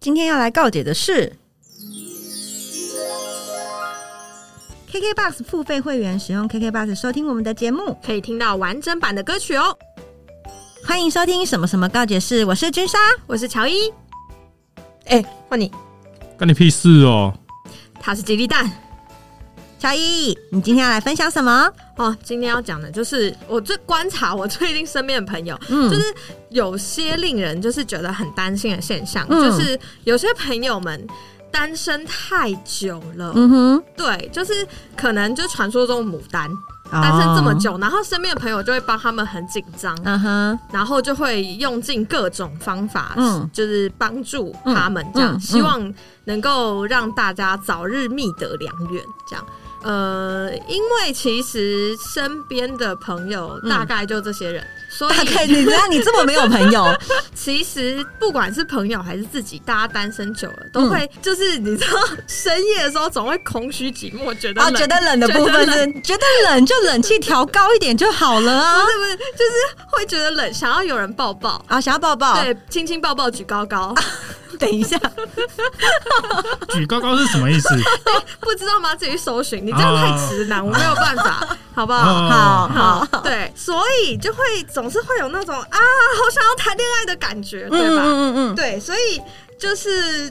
今天要来告解的是，KKBOX 付费会员使用 KKBOX 收听我们的节目，可以听到完整版的歌曲哦。欢迎收听什么什么告解室，我是君莎。我是乔伊，哎、换你，干你屁事哦！他是吉利蛋乔伊，你今天要来分享什么？哦。今天要讲的就是我最观察我最近身边的朋友，嗯就是有些令人就是觉得很担心的现象，嗯就是有些朋友们单身太久了，嗯哼，对，就是可能就传说中牡丹单身这么哦，久，然后身边的朋友就会帮他们很紧张，嗯哼，然后就会用尽各种方法，嗯就是帮助他们这嗯样，嗯嗯希望能够让大家早日觅得良缘这样。呃，因为其实身边的朋友嗯大概就这些人，所大概以你知道你这么没有朋 友，其实不管是朋友还是自己，大家单身久了都会，嗯就是你知道深夜的时候总会空虚寂寞，觉得啊，冷，觉得冷的部分是觉得冷就冷气调高一点就好了啊，是不是就是会觉得冷，想要有人抱抱，啊，想要抱抱，对，亲亲抱抱举高高。等一下，举高高是 什么意思？不知道吗？自己去搜寻，你这样太直男，我没有办法，好不好？好哦，啊好，对，所以就会总是会有那种啊，好想要谈恋爱的感觉，对吧？嗯嗯对，所以就是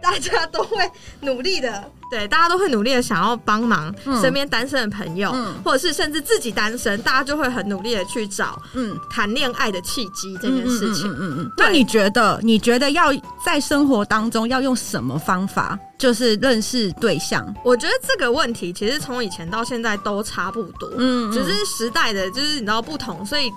大家都会努力的，对，大家都会努力的想要帮忙嗯身边单身的朋友，嗯或者是甚至自己单身，大家就会很努力的去找嗯，谈恋爱的契机这件事情。嗯嗯嗯嗯嗯对那你觉得，你觉得要在生活当中要用什么方法，就是认识对象？我觉得这个问题其实从以前到现在都差不多，嗯只是时代的就是你知道不同，所以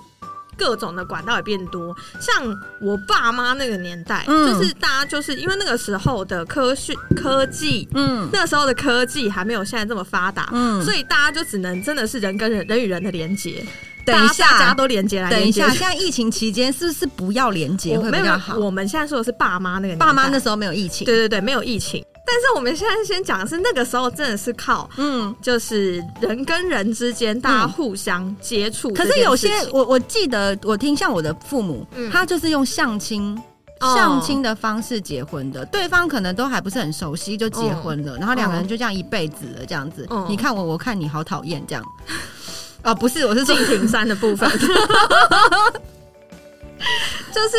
各种的管道也变多。像我爸妈那个年代，嗯就是大家就是因为那个时候的科学科技，嗯那时候的科技还没有现在这么发达。嗯，所以大家就只能真的是人跟人、人与人的连接，等一大家大家下，都连接来等连一接下，去现在疫情期间是不是不要连接我会没比有较好？我们现在说的是爸妈那个年代爸妈那时候没有疫情，对，对对，没有疫情。但是我们现在先讲的是那个时候真的是靠嗯。就是人跟人之间大家互相接触这可件事是情、有些我我记得我听像我的父母，嗯他就是用相亲。哦相亲的方式结婚的，对方可能都还不是很熟悉就结婚了，然后两个人就这样一辈子了，这样子，嗯你看我，我看你，好讨厌这样。哦，不是，我是说敬，亭山的部分， 就是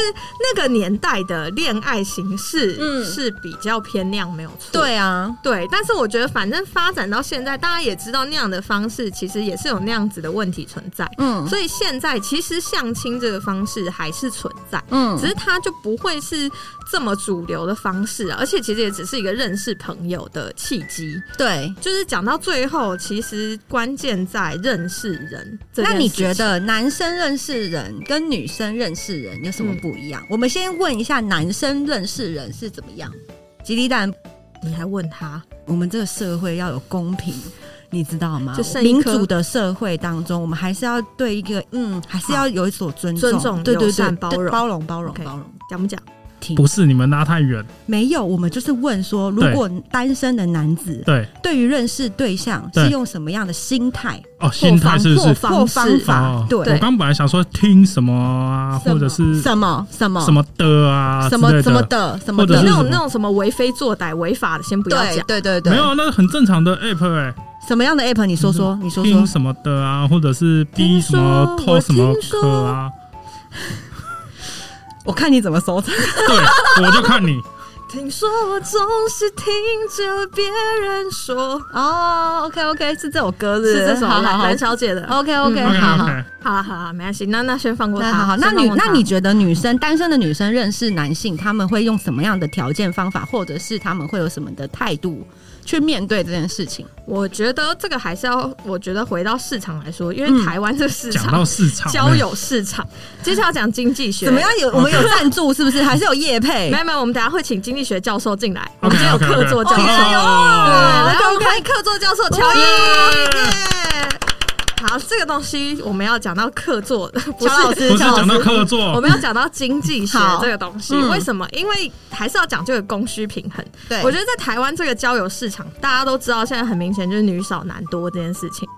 那个年代的恋爱形式嗯是比较偏那样，没有错。对啊，对，但是我觉得反正发展到现在，大家也知道那样的方式其实也是有那样子的问题存在，嗯所以现在其实相亲这个方式还是存在。嗯只是它就不会是这么主流的方式啊，而且其实也只是一个认识朋友的契机。对。就是讲到最后，其实关键在认识人这件事情。那你觉得男生认识人跟女生认识人有什么嗯不一样？我们先问一下男生认识人是怎么样。吉利蛋你还问他？我们这个社会要有公平，你知道吗？就剩一民颗主的社会当中，我们还是要对一个嗯，还是要有所尊重，尊重对对对，友善包对容包容，包容 OK 包容。讲不讲？停不，是你们拉太远，没有，我们就是问说，如对果单身的男子对对于认识对象对是用什么样的心态哦，心态是不或是？方或式方法哦？对我，刚本来想说听什么啊，什么或者是什么什么什么的啊什么之什类么的，的什么或者的是那那种什么那种什么为非作歹、违法的，先不要对讲。对对对，没有，啊那很正常的 app 哎，什么样的 app？你说说，嗯你说说听。什么的啊，或者是逼什么听说偷什么我听说课啊，我看你怎么收场。对，我就看 你，听说我总是听着别人说，哦，OK OK，是这首歌不是这首好好好蓝小姐的。 ，OK 嗯 OK， OK 好好。 OK，好了好了，没关系，那那先放过那他。好好，那先放女过他那你觉得女生单身的女生认识男性，他们会用什么样的条件方法，或者是他们会有什么的态度去面对这件事情？我觉得这个还是要，我觉得回到市场来说，因嗯为台湾这个市讲场到市场交哎友市场，接下来讲经济学。怎么样有我们有赞助是不是？还是有业配？没有没有，我们等一下会请经济学教授进来，我们 OK，今天有客座教授， OK，OK 哦原来有对，哦然后欢迎客座教授乔伊。耶好，这个东西我们要讲到客座，不乔老是。师，不是乔老讲到师，客我座，们要讲到经济学好这个东西，嗯为什么？因为还是要讲究一个供需平衡。对，我觉得在台湾这个交友市场，大家都知道现在很明显就是女少男多这件事情。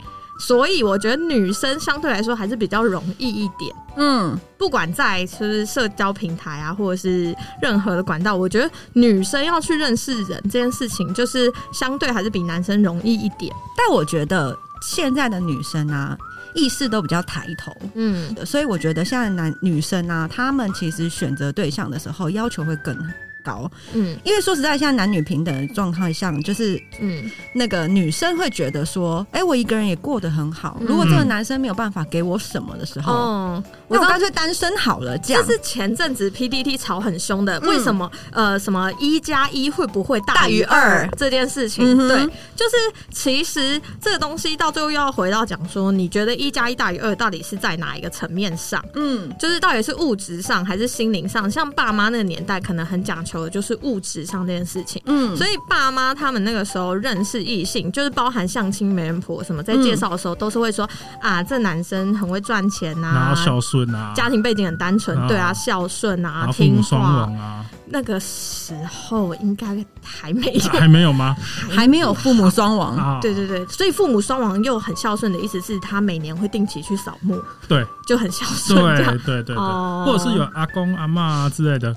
所以我觉得女生相对来说还是比较容易一点。嗯，不管在就是社交平台啊，或者是任何的管道，我觉得女生要去认识人这件事情，就是相对还是比男生容易一点。但我觉得现在的女生啊，意识都比较抬头。嗯，所以我觉得现在男女生啊，他们其实选择对象的时候要求会更高，嗯因为说实在，现在男女平等的状态下，就是嗯，那个女生会觉得说，哎、我一个人也过得很好。嗯如果这个男生没有办法给我什么的时候，哦，那我我刚干脆单身好了，这样这是前阵子 PDT 吵很凶的，嗯为什么？呃，什么一加一会不会大大于于二二这件事情？嗯哼对，就是其实这个东西到最后又要回到讲说，你觉得一加一大于二到底是在哪一个层面上？嗯就是到底是物质上还是心灵上？像爸妈那个年代，可能很讲求的就是物质上这件事情。嗯，所以爸妈他们那个时候认识异性，就是包含相亲、媒人婆什么，在介绍的时候都是会说、啊，这男生很会赚钱然后啊，孝顺啊，家庭背景很单纯，啊对啊，孝顺然啊后，父听母双话亡。啊，那个时候应该还没啊 有，还没有吗？还没有父母双亡。啊， 对对对，所以父母双亡又很孝顺的意思是他每年会定期去扫墓，啊对就很孝顺这对样。对对对，哦或者是有阿公阿妈之类的，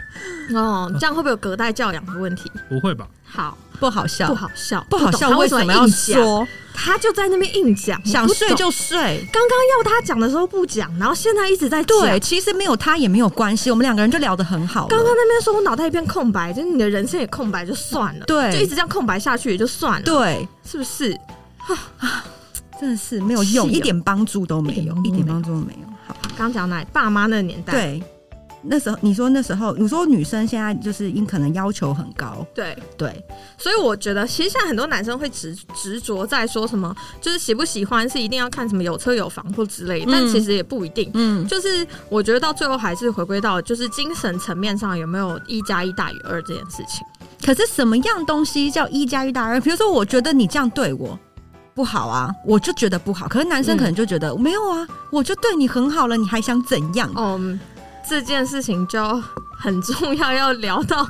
哦，这样会不会有隔代教养的问题？不会吧？ 好，不好笑，不好笑，不好懂笑，他为为什么么要硬讲？说？他就在那边硬讲，想睡我不懂就睡。刚刚要他讲的时候不讲，然后现在一直在讲对，。其实没有他也没有关系，我们两个人就聊得很好了。刚刚那边说我脑袋一片空白，就是你的人生也空白就算了，对就一直这样空白下去也就算了，，对，是不是？真的是没有用，是哦一点帮助都没有，一一点点帮帮助都没有。好，刚刚讲到哪里？爸妈那个年代，对，那时候你说那时候，你说女生现在就是因可能要求很高，对，对，所以我觉得其实现在很多男生会执执着在说什么，就是喜不喜欢是一定要看什么有车有房或之类嗯的，但其实也不一定。嗯就是我觉得到最后还是回归到就是精神层面上有没有一加一大于二这件事情。可是什么样东西叫一加一大于二？比如说，我觉得你这样对我不好啊，我就觉得不好。可是男生嗯可能就觉得、没有啊，我就对你很好了，你还想怎样？ 嗯，这件事情就很重要，要聊到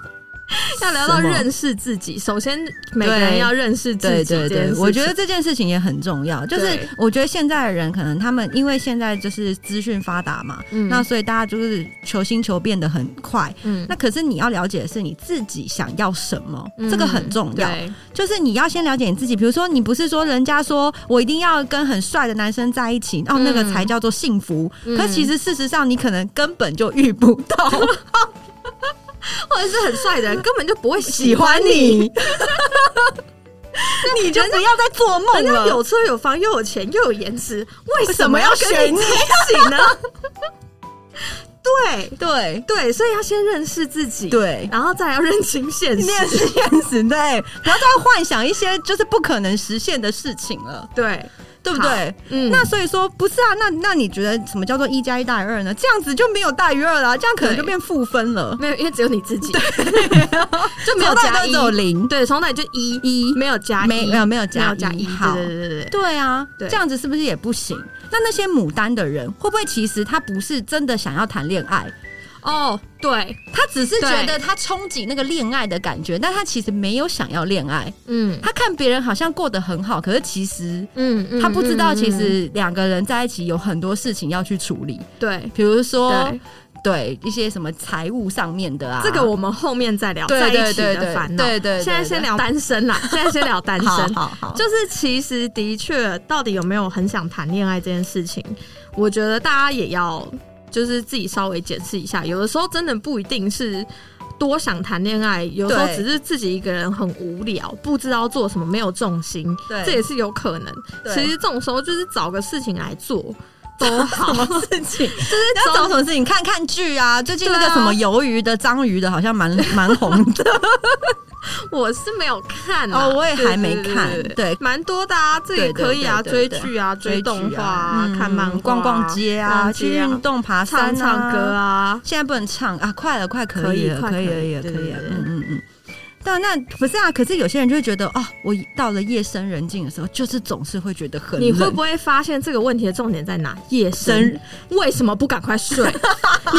要聊到什么认识自己。首先，每个人对要认识自对己这对件对事，情。我觉得这件事情也很重要。就是对我觉得现在的人可能他们因为现在就是资讯发达嘛，嗯，那所以大家就是求新求变的很快。嗯那可是你要了解的是你自己想要什么，嗯这个很重要。对就是你要先了解你自己，比如说你不是说人家说我一定要跟很帅的男生在一起，哦，嗯那个才叫做幸福。嗯可其实事实上你可能根本就遇不到或者是很 帅的人根本就不会喜喜欢欢你 你。，你就不要再做梦人家了。有车有房又有钱又有颜值，为什么要为跟什么要选你你在一起呢？ 对对对，所以要先认识自己，，对，然后再要认清现实，面是现实，对，不要再幻想一些就是不可能实现的事情了，对，对不对？嗯，那所以说不是啊，那那你觉得什么叫做一加一大于二呢？这样子就没有大于二了啊，这样可能对就变负分了， 没有，因为只有你自己， 就没有从来加都一只，有零，对，从那里就一一没有加一，没没有没有没加有加一，好。对对对对对，对啊，对这样子是不是也不行？那那些牡丹的人，会不会其实他不是真的想要谈恋爱，哦，对，他只是对觉得他憧憬那个恋爱的感觉，但他其实没有想要恋爱。嗯他看别人好像过得很好，可是其实嗯嗯他不知道，其嗯嗯嗯实两个人在一起有很多事情要去处理，对比如说对，对一些什么财务上面的啊，这个我们后面再聊对在一对起对的对烦恼，对对，现在先两聊单身啦，现在先聊单好身。好好，就是其实的确，到底有没有很想谈恋爱这件事情，我觉得大家也要就是自己稍微检视一下。有的时候真的不一定是多想谈恋爱，有时候对只是自己一个人很无聊，不知道做什么，没有重心，对这也是有可能。对其实这种时候就是找个事情来做都 好，事情，就是 要找什么事情，看看剧啊。最近那个对啊什么鱿鱼的、章鱼的，好像蛮 蛮红的。我是没有看、啊、哦我也还没对对看对对对蛮多的啊，这也可以啊，对对追对对剧啊，追追剧啊动画啊，嗯看漫画啊、逛逛街啊，逛去街啊运动、爬山、唱唱歌啊。啊，现在不能唱啊，快了，快可以了，可以快可以可了，以也可对以对了。对嗯嗯嗯。但那不是啊，可是有些人就会觉得啊、我到了夜深人静的时候，就是总是会觉得很冷。你会不会发现这个问题的重点在哪？夜深深为什么不赶 快睡？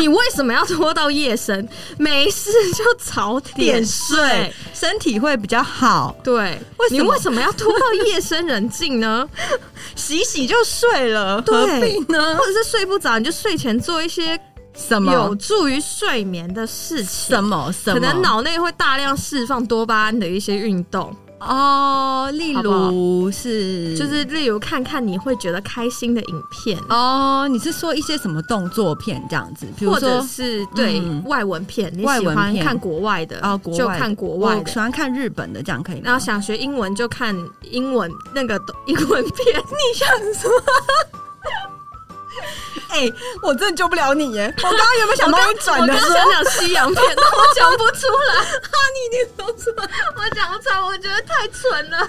你为什么要拖到夜深？没事就早点点睡睡。，身体会比较好，对，为什你么为什么要拖到夜深人静呢？ 洗洗就睡了，何必呢或？者是睡不着，你就睡前做一些什有么助于睡眠的事情。什么什可么？能脑内会大量释放多巴胺的一些运动，哦，例好不好如是就是例如看看你会觉得开心的影片，哦，你是说一些什么动作片这样子？比如或者说是对嗯外文片，你外喜文欢片看国外的哦，国外就的看国外我的喜。欢看日本的，这样可以吗？然后想学英文就看英文那个 英文片，哎、我真的救不了你 耶！我刚刚原本想帮你我转刚的刚时想候，讲西洋片，但我讲不出 来，啊你已经说出来。我讲不出来，我觉得太蠢了。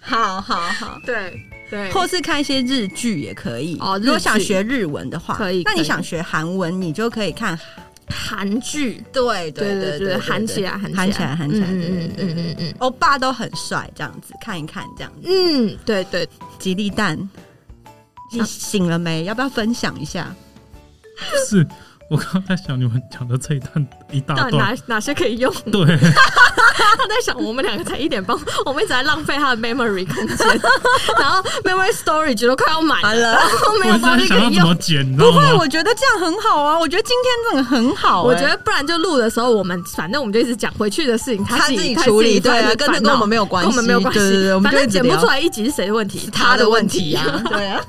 好好好，对对，或是看一些日剧也可以哦日剧如果想学日文的话，可以那可你以想学韩文，你就可以看。韩剧，对啊对对，喊起来，喊起来，喊起来，嗯对对嗯对嗯对。嗯嗯欧巴都很帅，这样子看一看，这样子。嗯，嗯对对，吉利蛋，你啊醒了没？要不要分享一下？是我刚刚在想你们讲的这一段一啊到大底哪段，哪些可以用？ 对，他在想，我们两个才一点帮，我们一直在浪费他的 memory 空间，然后 memory storage 都快要满了，了，都没有我东一直在西可想要以怎用哎么。剪，你知不道会，吗？我觉得这样很好啊。我觉得今天真的很好、我哎觉得不然就录的时候，我们反正我们就一直讲回去的事情，他自自己他处理，自己对啊，烦跟恼这跟我们没有关系，跟我们没有关对对对，我系，们反就正一直剪不聊出来一集是谁的问题，他的的问题题啊， 对啊。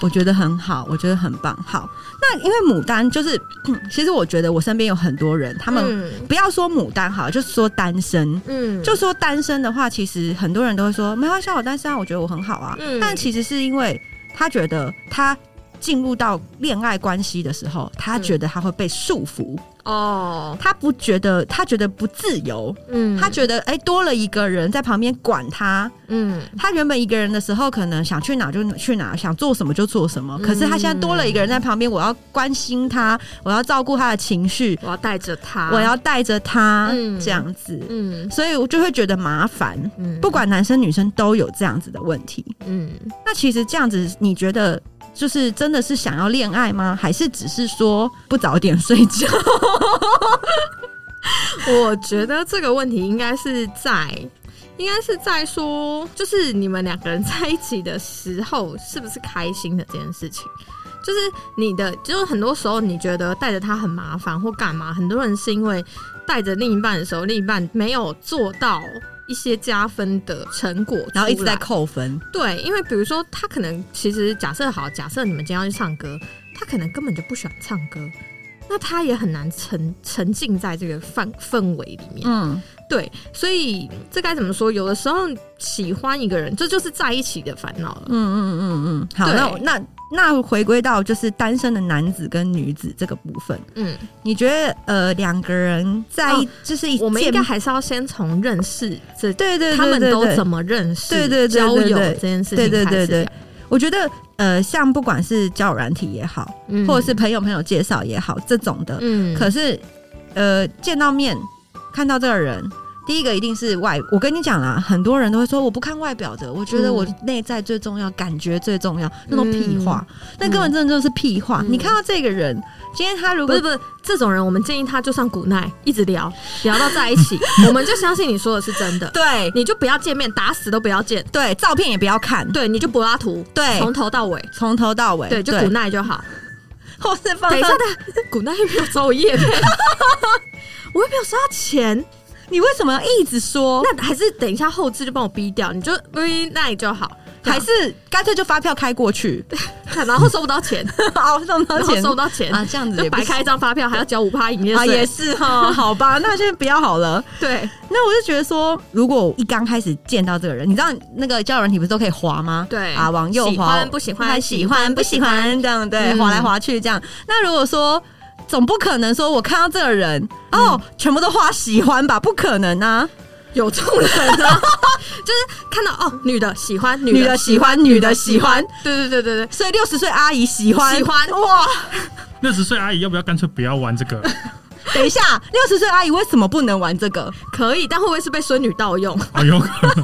我觉得很好，我觉得很棒。好，那因为牡丹就是， 其实我觉得我身边有很多人，他们嗯不要说牡丹好，就说单身。嗯就说单身的话，其实很多人都会说没关系啊，我单身啊，我觉得我很好啊。嗯但其实是因为他觉得他进入到恋爱关系的时候，他觉得他会被束缚，哦，他不觉得他觉得不自由，嗯他觉得哎、多了一个人在旁边管他。嗯他原本一个人的时候，可能想去哪就去哪，想做什么就做什么。嗯可是他现在多了一个人在旁边，我要关心他，我要照顾他的情绪，我要带着他，我要带着他，啊嗯这样子，嗯所以我就会觉得麻烦。嗯不管男生女生都有这样子的问题。嗯那其实这样子，你觉得就是真的是想要恋爱吗？还是只是说不早点睡觉？ 我觉得这个问题应该是在，应该是在说，就是你们两个人在一起的时候是不是开心的这件事情。就是你的，就是很多时候你觉得带着他很麻烦或干嘛，很多人是因为带着另一半的时候，另一半没有做到一些加分的成果出来，然后一直在扣分，对，因为比如说他可能其实假设好，假设你们今天要去唱歌，他可能根本就不喜欢唱歌，那他也很难沉沉浸在这个氛氛围里面。嗯，对，所以这该怎么说？有的时候喜欢一个人，这就是在一起的烦恼了。嗯嗯嗯嗯，好，对那我那那回归到就是单身的男子跟女子这个部分，嗯，哦你觉得呃两个人在一、就是一我们应该见还是要先从认识这，对对对他们对都对怎么认识、对对对对交友对这件事对情对开对始对聊，，我觉得呃像不管是交友软体也好，嗯或者是朋友朋友介绍也好，这种的，嗯，可是呃见到面看到这个人。第一个一定是外，我跟你讲啦，很多人都会说我不看外表的，我觉得嗯我内在最重要，感觉最重要，那种屁话，那根本真的就是屁话。嗯你看到这个人，今天他如不果是不是，这种人我们建议他就上古奈一直聊聊到在一起，我们就相信你说的是真的，对你就不要见面，打死都不要见，对，照片也不要看，对，你就柏拉图，对从头到尾，从头到尾，对，就古奈就好。 或是放等一下上，，但古奈又没有找我叶配， 我又没有收到钱，你为什么要一直说？那还是等一下后置就帮我逼掉，你就逼那里就好，还还是是干脆就发票开过 去，然后收不到钱，哦，送到然后钱收不到钱啊，这样子就也不白开一张发票，还要交五趴营业啊，也税，是哈，好吧，那就不要好了。对那我就觉得说，如果我一刚开始见到这个人，你知道那个交友软体不是都可以滑吗？对啊，往右喜滑，欢不喜欢，喜欢不喜欢，这样对，嗯滑来滑去这样。那如果说总不可能说我看到这个人哦，全部都画喜欢吧？不可能啊！有这种人 呢，就是看到哦，女的喜欢，女女的喜欢，女的喜欢，，对对对对对，所以六十岁阿姨喜欢，喜欢哇！ 六十岁阿姨要不要干脆不要玩这个？等一下，六十岁阿姨为什么不能玩这个？可以，但会不会是被孙女盗用？哦，有可能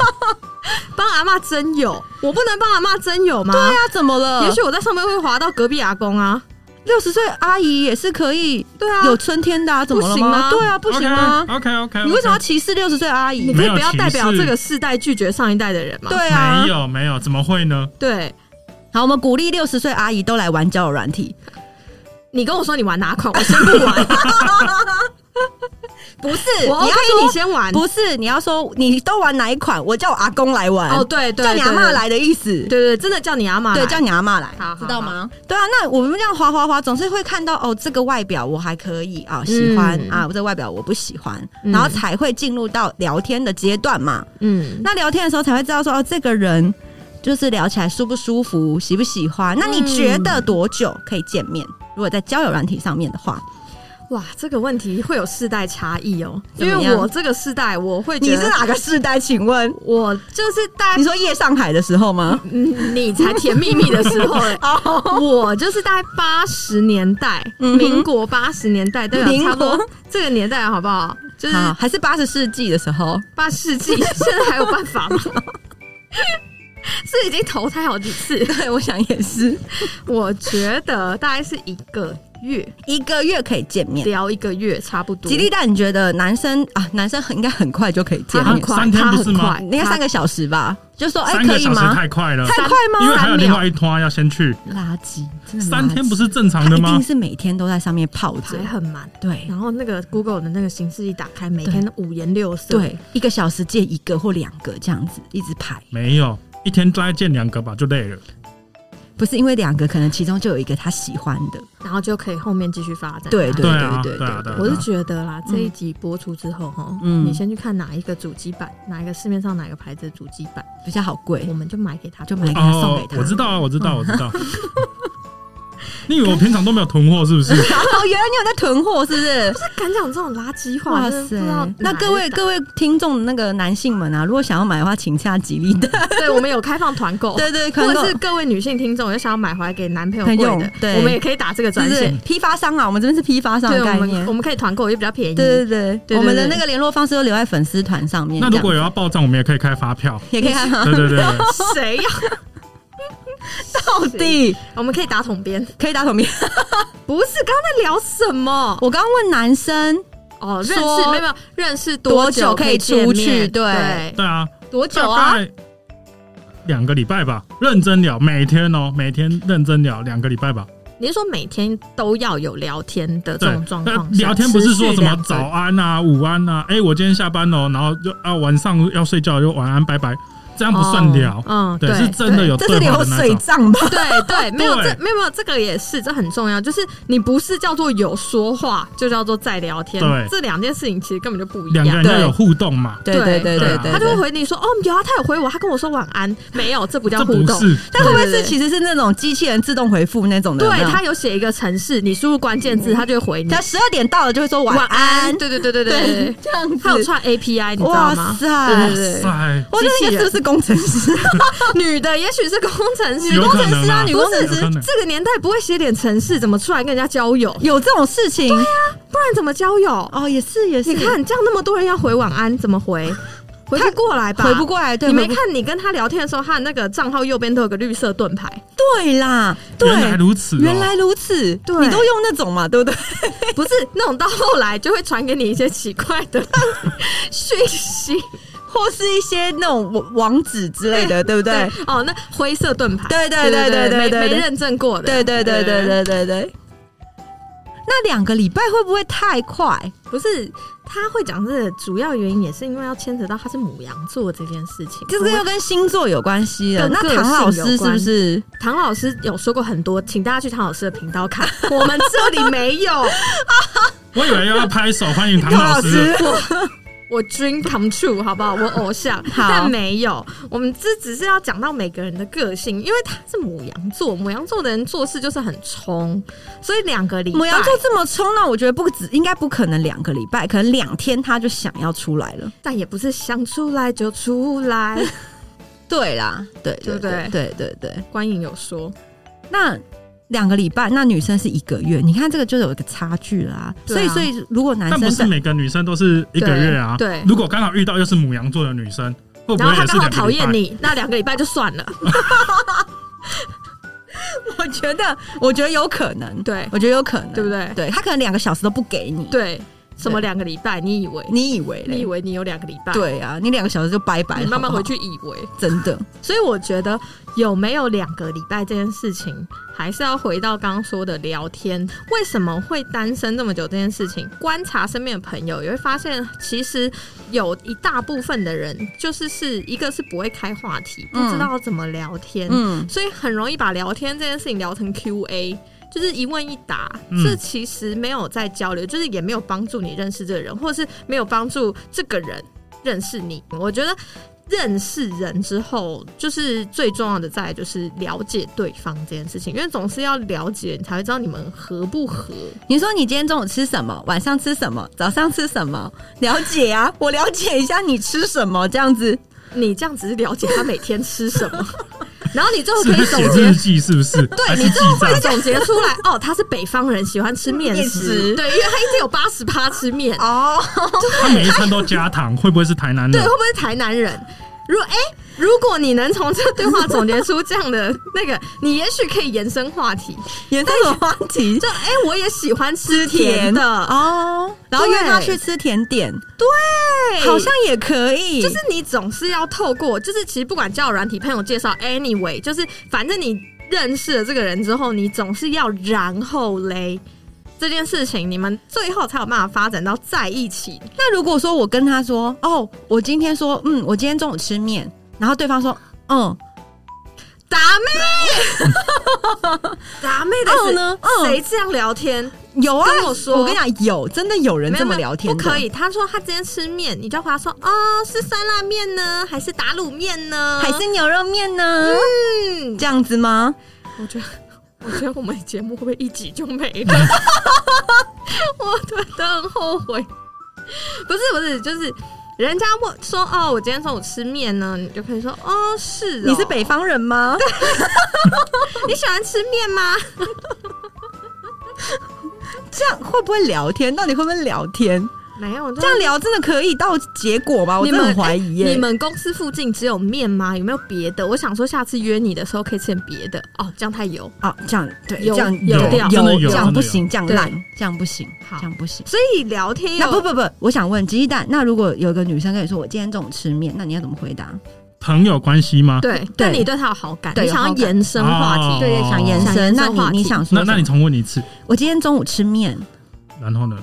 帮阿嬷真友，我不能帮阿嬷真友吗？对啊，怎么了？也许我在上面会滑到隔壁阿公啊。六十岁阿姨也是可以对啊，有春天的啊，怎么了不行吗对啊，不行吗？ OK OK，你为什么要歧视六十岁阿姨你？可没以有不要代表歧视这个世代拒绝上一代的人嘛？对啊没，有没有，怎么会呢？对，好，我们鼓励六十岁阿姨都来玩交友软 体。你跟我说你玩哪款，我先 不玩。不是，我你 OK，要说你先玩。不是，你要说你都玩哪一款？我叫我阿公来玩，哦，对对，叫你阿妈嬷，来的意思。对对，对真的叫你阿妈，对，叫你阿嬷来，好好知道吗？对啊，那我们这样滑滑滑，总是会看到哦，这个外表我还可以啊，喜欢、嗯啊，这个外表我不喜欢，嗯然后才会进入到聊天的阶段嘛。嗯，那聊天的时候才会知道说哦，这个人就是聊起来舒不舒服，喜不喜欢？那你觉得多久可以见面？如果在交友软体上面的话，哇，这个问题会有世代差异哦，怎因么样为我这个世代，我会你觉是得哪个世代？请问？我就是大 你说夜上海的时候 吗？，嗯，你才甜蜜蜜的时候、欸 哦，我就是大概八十年代，嗯哼民国八十年代，代民表国差不多这个年代好不好？就是好，还是八十世纪的时候，八世纪，现在还有办法吗？是已经投胎好几次，对， 我想也是我觉得大概是一个月一个月可以见面。聊一个月差不多。吉利蛋，你觉得男生啊，男生很应该啊很快就可以见他很面，快，三天他不是很吗快，应该他三个小时吧？就说哎、三可个以小时吗？太快了，太快因为还有吗？另外一拖要先去，垃圾，真的三天不是是正他常的一定吗？是每天都在上面泡着排，很满。对然后那个 Google 的那个形式一打开，每天都五颜六色。，对，一个小时见一个或两个这样子，一直排，没有，一天大概见两个吧，就累了。不是因为两个，可能其中就有一个他喜欢的，然后就可以后面继续发展。对对对啊，对对啊，对啊。我是对啊觉得啦，这一集播出之后哈，嗯你先去看哪一个主机板，哪一个市面上哪个牌子的主机板，比较好贵我，们就买给他，嗯就买给他送哦给，他。我知道啊，我知道，我知 道。你以为我平常都没有囤货是不是？哦，原来你有在囤货是不是？他敢讲这种垃圾话，真的不知道哪来的那各位 各位听众那个男性们啊，如果想要买的话，请洽吉利蛋。对我们有开放团购，对对，可或能者是各位女性听众有想要买回来给男朋友可以贵用的，对我们也可以打这个就专是线，批发商啊，我们这边是批发商对的我概们念我。们可以团购，也比较便宜。对对对对，我们的对那个联络方式都留在粉丝团上面。那如果这样啊有要报账，我们也可以开发票。也可以看对对对，对谁呀？到底我们可以打桶边，可以打桶面。不是刚刚在聊什么？我刚刚问男生哦，认说识没有没有认识多久久可以以见出去面对对，对啊，多大？概两个礼拜吧，认真聊，每天哦，每天认真聊两个礼拜吧。你是说每天都要有聊天的这对种状，那况下？聊天不是说持什么续两早安啊、午安啊，哎、我今天下班哦，然后就啊晚上要睡觉就晚安拜拜，这样不算聊，哦嗯，对，对，是真的有这对是话流的那水种。账吧？对。对 对，没有对这没有没有这个也是，这很重要。就是你不是叫做有说话，就叫做在聊天，对这两件事情其实根本就不一两个样人。要有互动嘛，对对对对对，他就会回你说：“哦，有啊，他有回我，他跟我说晚安。”没有，这不叫这互不动。是但会不会对是对对其实是那种机器人自动回复那种的？对有没有他有写一个程式，你输入关键字，他就会回你他十二点到了就会说晚晚安，对对对对对对对，，这样子。他有串 API，你知道哇吗？塞！哇塞，我这个是不是工程师？女的也许是工程师，有可能啊女工程有可师能这个年代不会写点程式，怎么出来跟人家交友？有这种事情？不然怎么交友？哦，也是也是。你看这样那么多人要回晚安，怎么回？回不过来吧？回不过来，对，你没回不看你跟他聊天的时候，他的那个账号右边都有个绿色盾牌，对啦？对，原来如此、哦，原来如此，对你都用那种嘛，对不对？不是那种到后来就会传给你一些奇怪的讯息，或是一些那种网网址之类的，对不对？？哦，那灰色盾牌，对对对对对没对没对认证过的，对对对对对对对。那两个礼拜会不会太快？不是，他会讲这个主要原因也是因为要牵扯到他是母羊座这件事情。这个又跟星座有关系了。跟那个唐性老有师是不关是？唐老师有说过很多，请大家去唐老师的频道看， 我们这里没有。我以为要拍手欢迎唐唐老老师师，我 dream come true，好不好？我偶像，好但没有。我们这只是要讲到每个人的个性，因为他是母羊座，母羊座的人做事就是很冲，所以两个礼拜，母羊座这么冲，那我觉得不止，应该不可能两个礼拜，可能两天他就想要出来了。但也不是想出来就出 来。对啦，对对对不对对对对。观影有说，那两个礼拜，那女生是一个月。你看这个就有一个差距啦、对所以，啊所以如果男但不生是在每个女生都是一个月啊。对对如果刚好遇到又是母羊座的女生，会不然后会他也是刚好两讨个礼厌拜？你，那两个礼拜就算了。我觉得，我觉得有可能，对我觉得有可能，对不对对他可能两个小时都不给你，，对，什么两个礼拜？你以为你以为嘞？你以为你有两个礼拜？，对啊，你两个小时就拜拜，你慢慢好不好回，去以为。真的，所以我觉得有没有两个礼拜这件事情，还是要回到刚刚说的聊天。为什么会单身这么久这件事情，观察身边的朋友，也会发现其实有一大部分的人，就是是一个是不会开话题，不嗯知道怎么聊天，嗯，所以很容易把聊天这件事情聊成 Q&A。就是一问一答，嗯这其实没有在交流，就是也没有帮助你认识这个人，或者是没有帮助这个人认识你。我觉得认识人之后，就是最重要的在就是了解对方这件事情，因为总是要了解，你才会知道你们合不合。你说你今天中午吃什么，晚上吃什么，早上吃什么？了解啊，我了解一下你吃什么，这样子你这样只是了解他每天吃什 么，然后你最后可是以写总日结。记是不 是？对还是记账会？总结出来哦，他是北方人，喜欢吃面面食，食对，因为他一直有八十趴吃面，哦，他每一餐都加糖，会不会是台嗯南对，人会？不会是台南人？如哎、如果你能从这对话总结出这样的那个，你也许可以延伸话题，也这种话题就哎、我也喜欢吃甜的，哦，然后约他去吃甜点，哎好像也可以，就是你总是要透过，就是其实不管交友软体朋友介绍，anyway，就是反正你认识了这个人之后，你总是要然后嘞。这件事情，你们最后才有办法发展到在一起。那如果说我跟他说，哦，我今天说，嗯，我今天中午吃面，然后对方说，嗯，达妹， 达妹的哦是呢，嗯，谁这样聊天？有啊，跟我说我跟你讲，有真的有人没有这么没有聊天不的，可以。他说他今天吃面，你就要回答说哦，是酸辣面呢，还是打卤面呢？还是牛肉面呢？嗯，这样子吗？我觉得，我觉得我们节目会不会一集就没了？我觉得很后悔。不是不是，就是人家问说哦，我今天中午吃面呢，你就可以说哦是哦你是北方人吗？你喜欢吃面吗？这样会不会聊天？到底会不会聊天？没有，这样聊真的可以到结果吗？我你真们的很怀疑耶、你们公司附近只有面吗？有没有别的？我想说下次约你的时候可以吃点别的哦，这样太油。啊，这样对，有这样有有料真的这有真的样不有行，这样对烂，这样不行，好这样不行。所以聊天那要不不不，我想问鸡蛋，那如果有个女生跟你说我今天中午吃面，那你要怎么回答？朋友关系吗？对，但你对他有好感，对你想有要好感延伸话哦题，对，想延想伸，延伸那话你题你想说那什么？那你重问一次，我今天中午吃面，然后呢？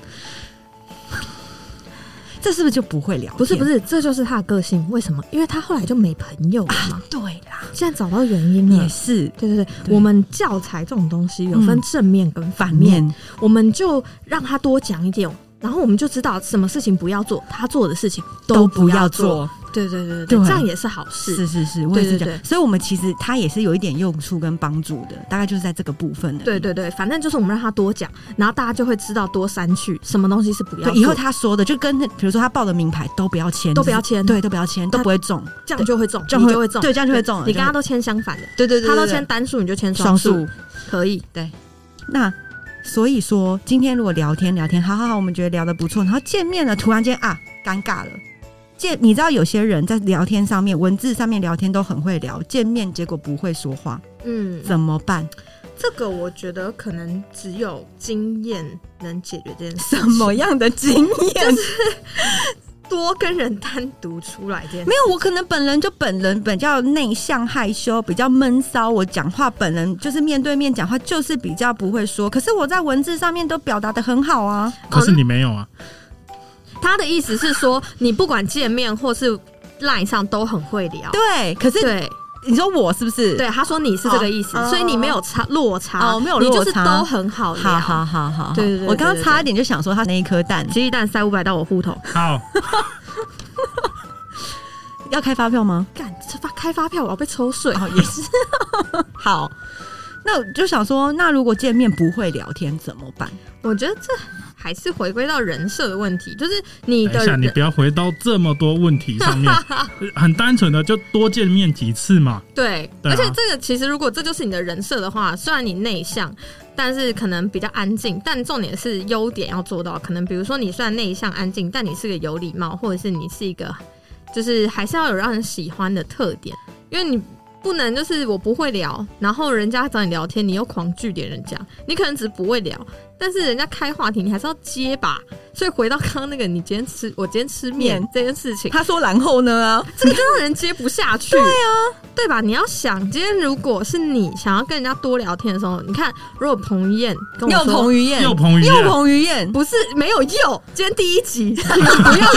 这是不是就不会聊？不是不，是，这就是他的个性。为什么？因为他后来就没朋友了嘛。对啦，现在找到原因了啊也。是对对对，对我们教材这种东西有分嗯正面跟反反面，面，我们就让他多讲一点，然后我们就知道什么事情不要做，他做的事情都不不要做。做。对对对对，对这样也是好事。是是是，我也是这对对样。所以，我们其实它也是有一点用处跟帮助的，大概就是在这个部分的。对对对，反正就是我们让他多讲，然后大家就会知道多删去什么东西是不要对，做，以后他说的就跟比如说他报的名牌都不要签，都不要签对，都不要签，都他不会中。这样就会中，这你样就会会中，对这样就会中了你这跟样他都签相反的，对对对他都对签单数，你就签双数数，。可以。那所以说，今天如果聊天聊天，好好好，我们觉得聊得不错，然后见面了，突然间啊，尴尬了。见你知道有些人在聊天上面、文字上面聊天都很会聊，见面结果不会说话，嗯，怎么办？这个我觉得可能只有经验能解决这件事，什么样的经验？多跟人单独出来这件事 没。有，我可能本人就本人比较内向害羞，比较闷骚。我讲话本人就是面对面讲话，就是比较不会说。可是我在文字上面都表达的很好啊。可是你没有啊，他的意思是说，你不管见面或是 line 上都很会聊。对，可是对你说我是不是？对，他说你是这个意思，哦所以你没有差落差，哦没有你就落是差都很好聊。好好好好，对对对我刚对刚对差一点就想说他那一颗蛋鸡蛋塞五百到我户头，好， 要开发票吗？干这发开发票我要被抽税。哦，也是。好，那我就想说， 那如果见面不会聊天怎么办？我觉得这还是回归到人设的问题，就是 你等的一下，你人不要回到这么多问题 上面，很单纯的就多见面几次嘛。对，对而啊且这个其实如果这就是你的人设的话，虽然你内向，但是可能比较安静，但重点是优点要做到。可能比如说你虽然内向安静，但你是个有礼貌，或者是你是一个，就是还是要有让人喜欢的特点，因为你。不能就是我不会聊，然后人家找你聊天，你又狂拒点人家，你可能只是不会聊，但是人家开话题，你还是要接吧。所以回到刚刚那个，你今天吃我今天吃面面这件事情，他说然后呢啊？这个就让人接不下去。对啊，对吧？你要想，今天如果是你想要跟人家多聊天的时候，你看，如果彭于晏跟我又彭说。于晏，又彭于晏又彭于晏，不是没有又，今天第一集你们不要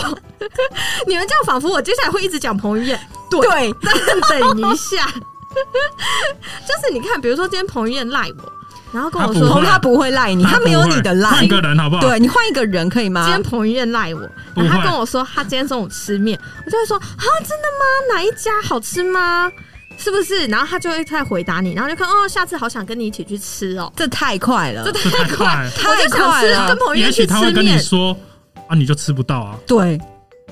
又， 你们这样仿佛我接下来会一直讲彭于晏， 对，等一 下，就是你看，比如说今天彭于晏赖我，然后跟我不会说彭他不会赖你，他没有不会你的换赖一，个人好不好？对你换一个人可以今吗天？彭于晏赖我，不然后他会跟我说他今天中午吃面，我就会说啊，真的吗？哪一家好吃吗？是不是？然后他就会再回答你，然后就看哦，下次好想跟你一起去吃哦。这太快了，这这太快了。 我太就想快吃了跟，彭于也晏许去他会吃跟你面说啊，你就吃不到啊。对，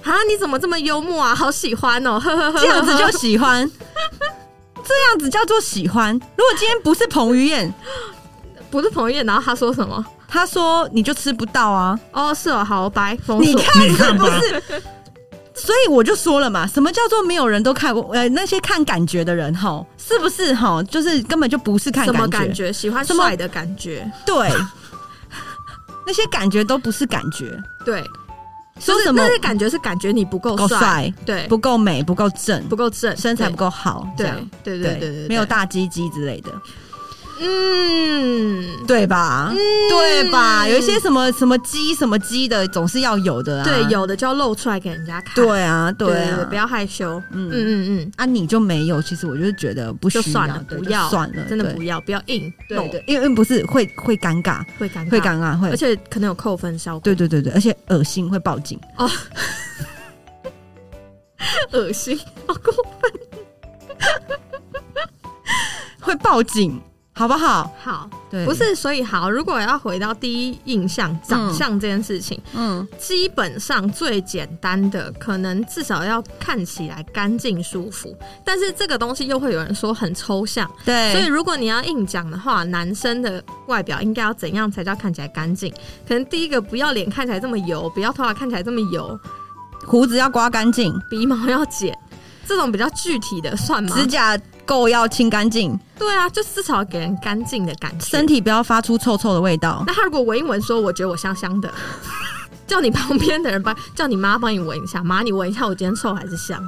啊！你怎么这么幽默啊？好喜欢哦，呵呵呵 呵。这样子叫喜欢， 这样子叫做喜欢。如果今天不是彭于晏，不是彭于晏，然后他说什么？他说你就吃不到啊，哦，是哦，好拜封 你锁。看你是看不吧是？所以我就说了嘛，什么叫做没有人都看过？呃，那些看感觉的人哈，是不是哈？就是根本就不是看什么感感觉？喜欢什么帅的感觉。对， 那些感觉都不是感觉，对，说就是什么那些感觉是感觉你不够够帅，帅，对，不够美，不够正，不够正，身材对不够好，这对样对对对对对，没有大鸡鸡之类的，嗯，对吧？对吧？有一些什么什么鸡什么鸡的，总是要有的啊。对，有的就要露出来给人家看。对啊，对对啊不。要害羞。嗯嗯嗯嗯，啊，你就没有？其实我就是觉得不需就要，算了，对不就要，算了，真的对不要，不要硬，对对，因为因为不是会会尴尬，会尴尬，会，尴尬，会而且可能有扣 分效果，对对对对，而且恶心会报警。恶心，好过会报警，好不好？好，对，不，是，所以好，如果要回到第一印象，长相这件事情，嗯，基本上最简单的，可能至少要看起来干净舒服，但是这个东西又会有人说很抽象，对，所以如果你要硬讲的话，男生的外表应该要怎样才叫看起来干净？可能第一个不要脸看起来这么油，不要头发看起来这么油，胡子要刮干净，鼻毛要剪，这种比较具体的算吗？指甲垢要清干净，对啊，就至少给人干净的感觉。身体不要发出臭臭的味道。那他如果闻一闻说，我觉得我香香的， 叫你旁边的人帮，叫你妈帮你闻一下，妈你闻一下，我今天臭还是香？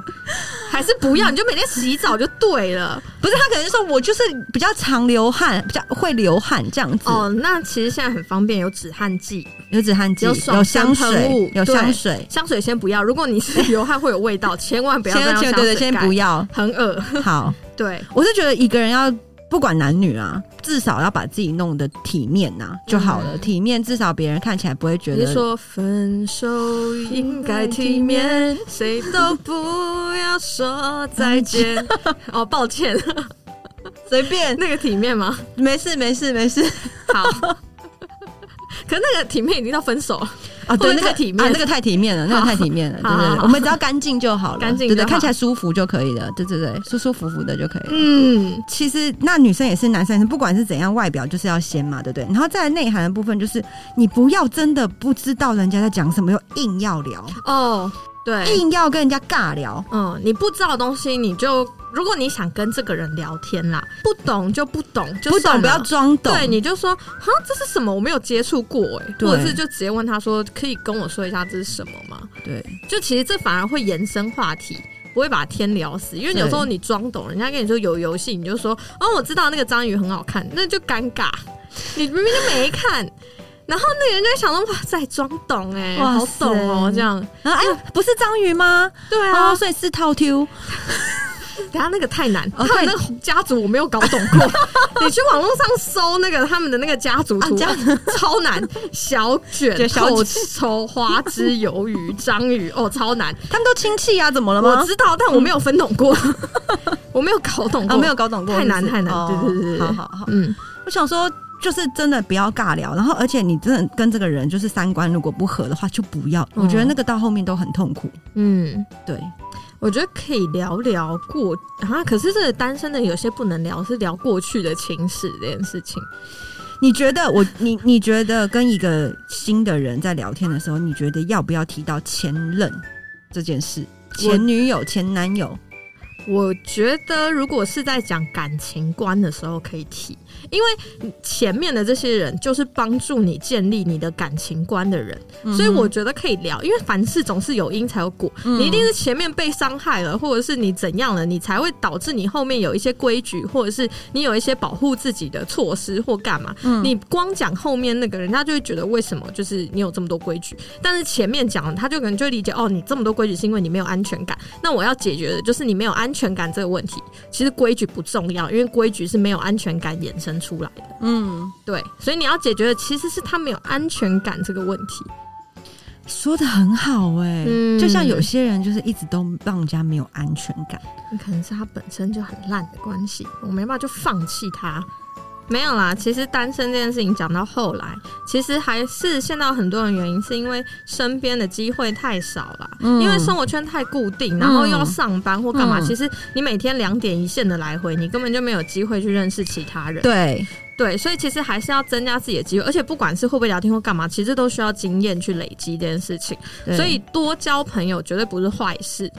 还是不要？你就每天洗澡就 对了。不是，他可能就说我就是比较常流汗，比较会流汗这样子。哦，那其实现在很方便，有止汗剂，有止汗剂，有爽有香身喷水雾，有对香水，香水先不要。如果你是流汗会有味道，千万不要先再用先香对对，水先盖不， 要。很恶。好，对，我是觉得一个人要不管男女啊，至少要把自己弄得体面呐、就好了。嗯体面至少别人看起来不会觉你得是说分手应该体面，谁都不要说 再 见。哦，抱歉， 随便，那个体面吗？没事没事没事。好。 可是那个体面已经到分手了，啊，对，会那不会个太体面啊，那个太体面了，那个太体面了，对好对好对，好我们只要干净就好了，干净对对，就好看起来舒服就可以了，对对对，舒舒服服的就可以了。嗯，其实那女生也是，男生也是，不管是怎样，外表就是要先嘛，对不对？然后再来内涵的部分，就是你不要真的不知道人家在讲什么，又硬要聊，哦，对，硬要跟人家尬聊，嗯，你不知道的东西，你就如果你想跟这个人聊天啦，不懂就不懂，就不算懂了不要装懂，对，你就说哈，这是什么？我没有接触过哎、对或者是就直接问他说，可以跟我说一下这是什么吗？对就其实这反而会延伸话题。不会把天聊死，因为对有时候你装懂，人家跟你说有游戏，你就说哦，我知道那个章鱼很好看，那就尴尬，你明明就没看，然后那个人就会想说哇塞，装懂哎、哇好塞懂哦、这样，啊然后哎，不是章鱼吗？对啊，哦，所以是套 Q，等一下那个太难，哦他们那个家族我没有搞懂 过。你去网络上搜那个他们的那个家族图啊案， 超难。小对卷、小小丑、花枝、鱿鱼、章鱼，哦，超难。他们都亲戚啊，怎么了吗？我知道，但我没有分懂过， 我没有搞懂啊、过，没有搞懂过，太难是不太是难。对对对对，好好好，嗯，我想说。就是真的不要尬聊，然后而且你真的跟这个人就是三观如果不合的话，就不要。我觉得那个到后面都很痛苦。嗯。嗯对，我觉得可以聊聊过啊，可是这个单身的有些不能聊，是聊过去的情史这件事情。你觉得我 你你觉得跟一个新的人在聊天的时候，你觉得要不要提到前任这件事？前女友、前男友，我觉得如果是在讲感情观的时候可以提，因为前面的这些人就是帮助你建立你的感情观的人，所以我觉得可以聊，因为凡事总是有因才有果，嗯你一定是前面被伤害了，或者是你怎样了，你才会导致你后面有一些规矩，或者是你有一些保护自己的措施或干嘛。嗯你光讲后面那个人，他就会觉得为什么就是你有这么多规矩，但是前面讲了他就可能就会理解哦，你这么多规矩是因为你没有安全感。那我要解决的就是你没有安全感这个问题。其实规矩不重要，因为规矩是没有安全感衍生出来的。嗯，对，所以你要解决的其实是他没有安全感这个问题。说的很好哎、嗯就像有些人就是一直都让人家没有安全感。可能是他本身就很烂的关系，我没办法就放弃他。没有啦，其实单身这件事情讲到后来，其实还是现到很多人原因是因为身边的机会太少啦，嗯因为生活圈太固定，然后又要上班或干嘛，嗯其实你每天两点一线的来回，你根本就没有机会去认识其他人。对，对，所以其实还是要增加自己的机会，而且不管是会不会聊天或干嘛，其实都需要经验去累积这件事情。对所以多交朋友绝对不是坏事。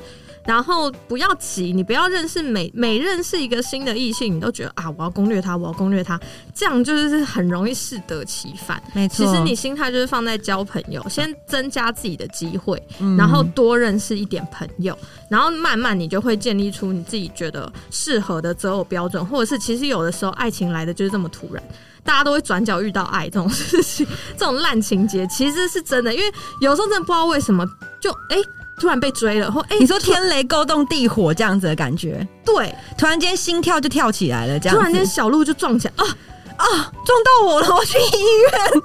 然后不要急，你不要认识每每认识一个新的异性，你都觉得啊，我要攻略他，我要攻略他，这样就是很容易适得其反。没其错，实你心态就是放在交朋友，先增加自己的机会，嗯然后多认识一点朋友，然后慢慢你就会建立出你自己觉得适合的择偶标准，或者是其实有的时候爱情来的就是这么突然，大家都会转角遇到爱这种事情， 这种烂情节其实是真的，因为有时候真的不知道为什么就哎、突然被追了，或 哎、你说突然天雷勾动地火这样子的感觉，对，突然间心跳就跳起来了，这样突然间子小鹿就撞起来啊，撞到我了，我去 医院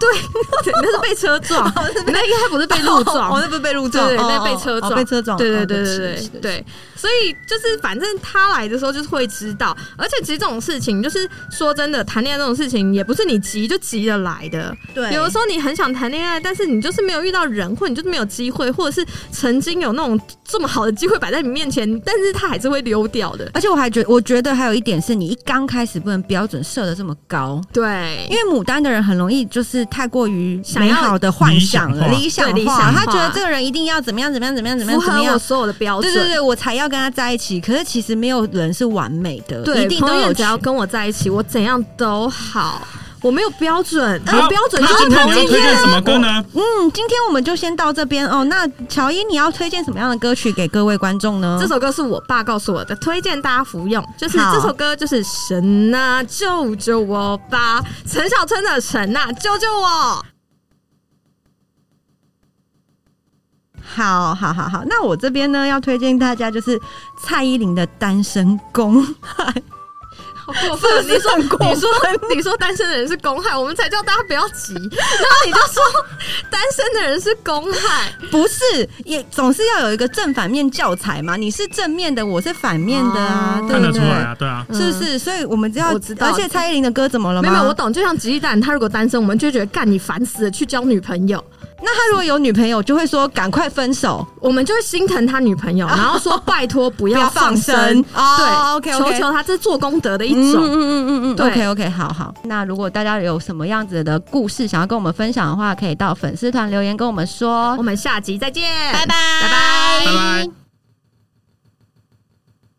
对那是被车 撞，哦那应该不是被路撞，我那不哦是被路撞，对对对哦被车撞哦被车撞，对对哦对不对起对是对对，所以就是反正他来的时候就是会知道，而且其实这种事情就是说真的，谈恋爱这种事情也不是你急就急着来的。对，有的时候你很想谈恋爱，但是你就是没有遇到人，或你就是没有机会，或者是曾经有那种这么好的机会摆在你面前，但是他还是会溜掉的。而且我还觉我觉得还有一点是你一刚开始不能标准设的这么高。对，因为牡丹的人很容易就是太过于想美要好的幻想了、理理想化，想化对理想化他觉得这个人一定要怎么样怎么样怎么样怎么样符怎合么我样，所有的标对准。对对，我才要跟他在一起。可是其实没有人是完美的，对，一定彭都于有晏只要跟我在一起，我怎样都好，呃我没有标准，我好标准那就是今天同你要性推恋荐啊什么歌呢？嗯，今天我们就先到这边哦。那乔伊，你要推荐什么样的歌曲给各位观众呢？这首歌是我爸告诉我的，推荐大家服用。就是好这首歌就是“神呐、救救我吧”，陈小春的“神呐、救救我好好好好，那我这边呢要推荐大家就是蔡依林的《单身 公》，”，好过分！你说，你说，你说单身的人是公害，我们才叫大家不要急，然后你就说单身的人是公害，不是也总是要有一个正反面教材嘛？你是正面的，我是反面的啊，哦对看不得出对？嗯来啊，对啊，是不是？所以我们只要，我知道而且蔡依林的歌怎么了没吗？有没有，我。懂。就像吉吉蛋，他如果单身，我们就会觉得干你烦死了，去交女朋友。那他如果有女朋友，就会说赶快分手，我们就会心疼他女朋 友，然后说拜托不不要放放生，哦对，OK OK，求求他，这是做功德的一嗯种。嗯嗯嗯嗯对，OK OK，好好。那如果大家有什么样子的故事想要跟我们分享的话，可以到粉丝团留言跟我们说我。们下集再见，拜拜拜拜，拜拜。